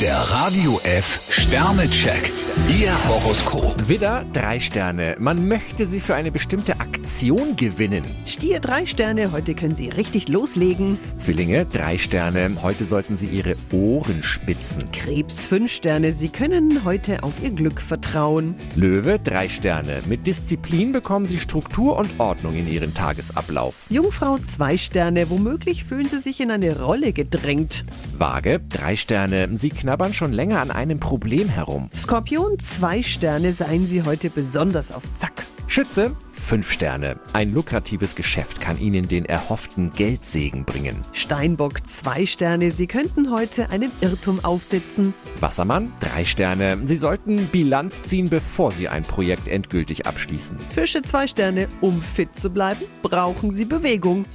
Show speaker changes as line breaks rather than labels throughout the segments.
Der Radio F Sternecheck. Ihr Horoskop.
Widder, drei Sterne. Man möchte sie für eine bestimmte Aktion gewinnen.
Stier drei Sterne, heute können Sie richtig loslegen.
Zwillinge, drei Sterne. Heute sollten sie ihre Ohren spitzen.
Krebs fünf Sterne, Sie können heute auf Ihr Glück vertrauen.
Löwe, drei Sterne. Mit Disziplin bekommen sie Struktur und Ordnung in ihren Tagesablauf.
Jungfrau zwei Sterne, womöglich fühlen Sie sich in eine Rolle gedrängt.
Waage, drei Sterne. Sie knabbern schon länger an einem Problem herum.
Skorpion zwei Sterne, seien Sie heute besonders auf Zack.
Schütze, fünf Sterne. Ein lukratives Geschäft kann ihnen den erhofften Geldsegen bringen.
Steinbock zwei Sterne, Sie könnten heute einem Irrtum aufsitzen.
Wassermann, drei Sterne. Sie sollten Bilanz ziehen, bevor sie ein Projekt endgültig abschließen.
Fische zwei Sterne, um fit zu bleiben, brauchen Sie Bewegung.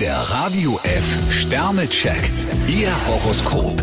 Der Radio F Sternecheck. Ihr Horoskop.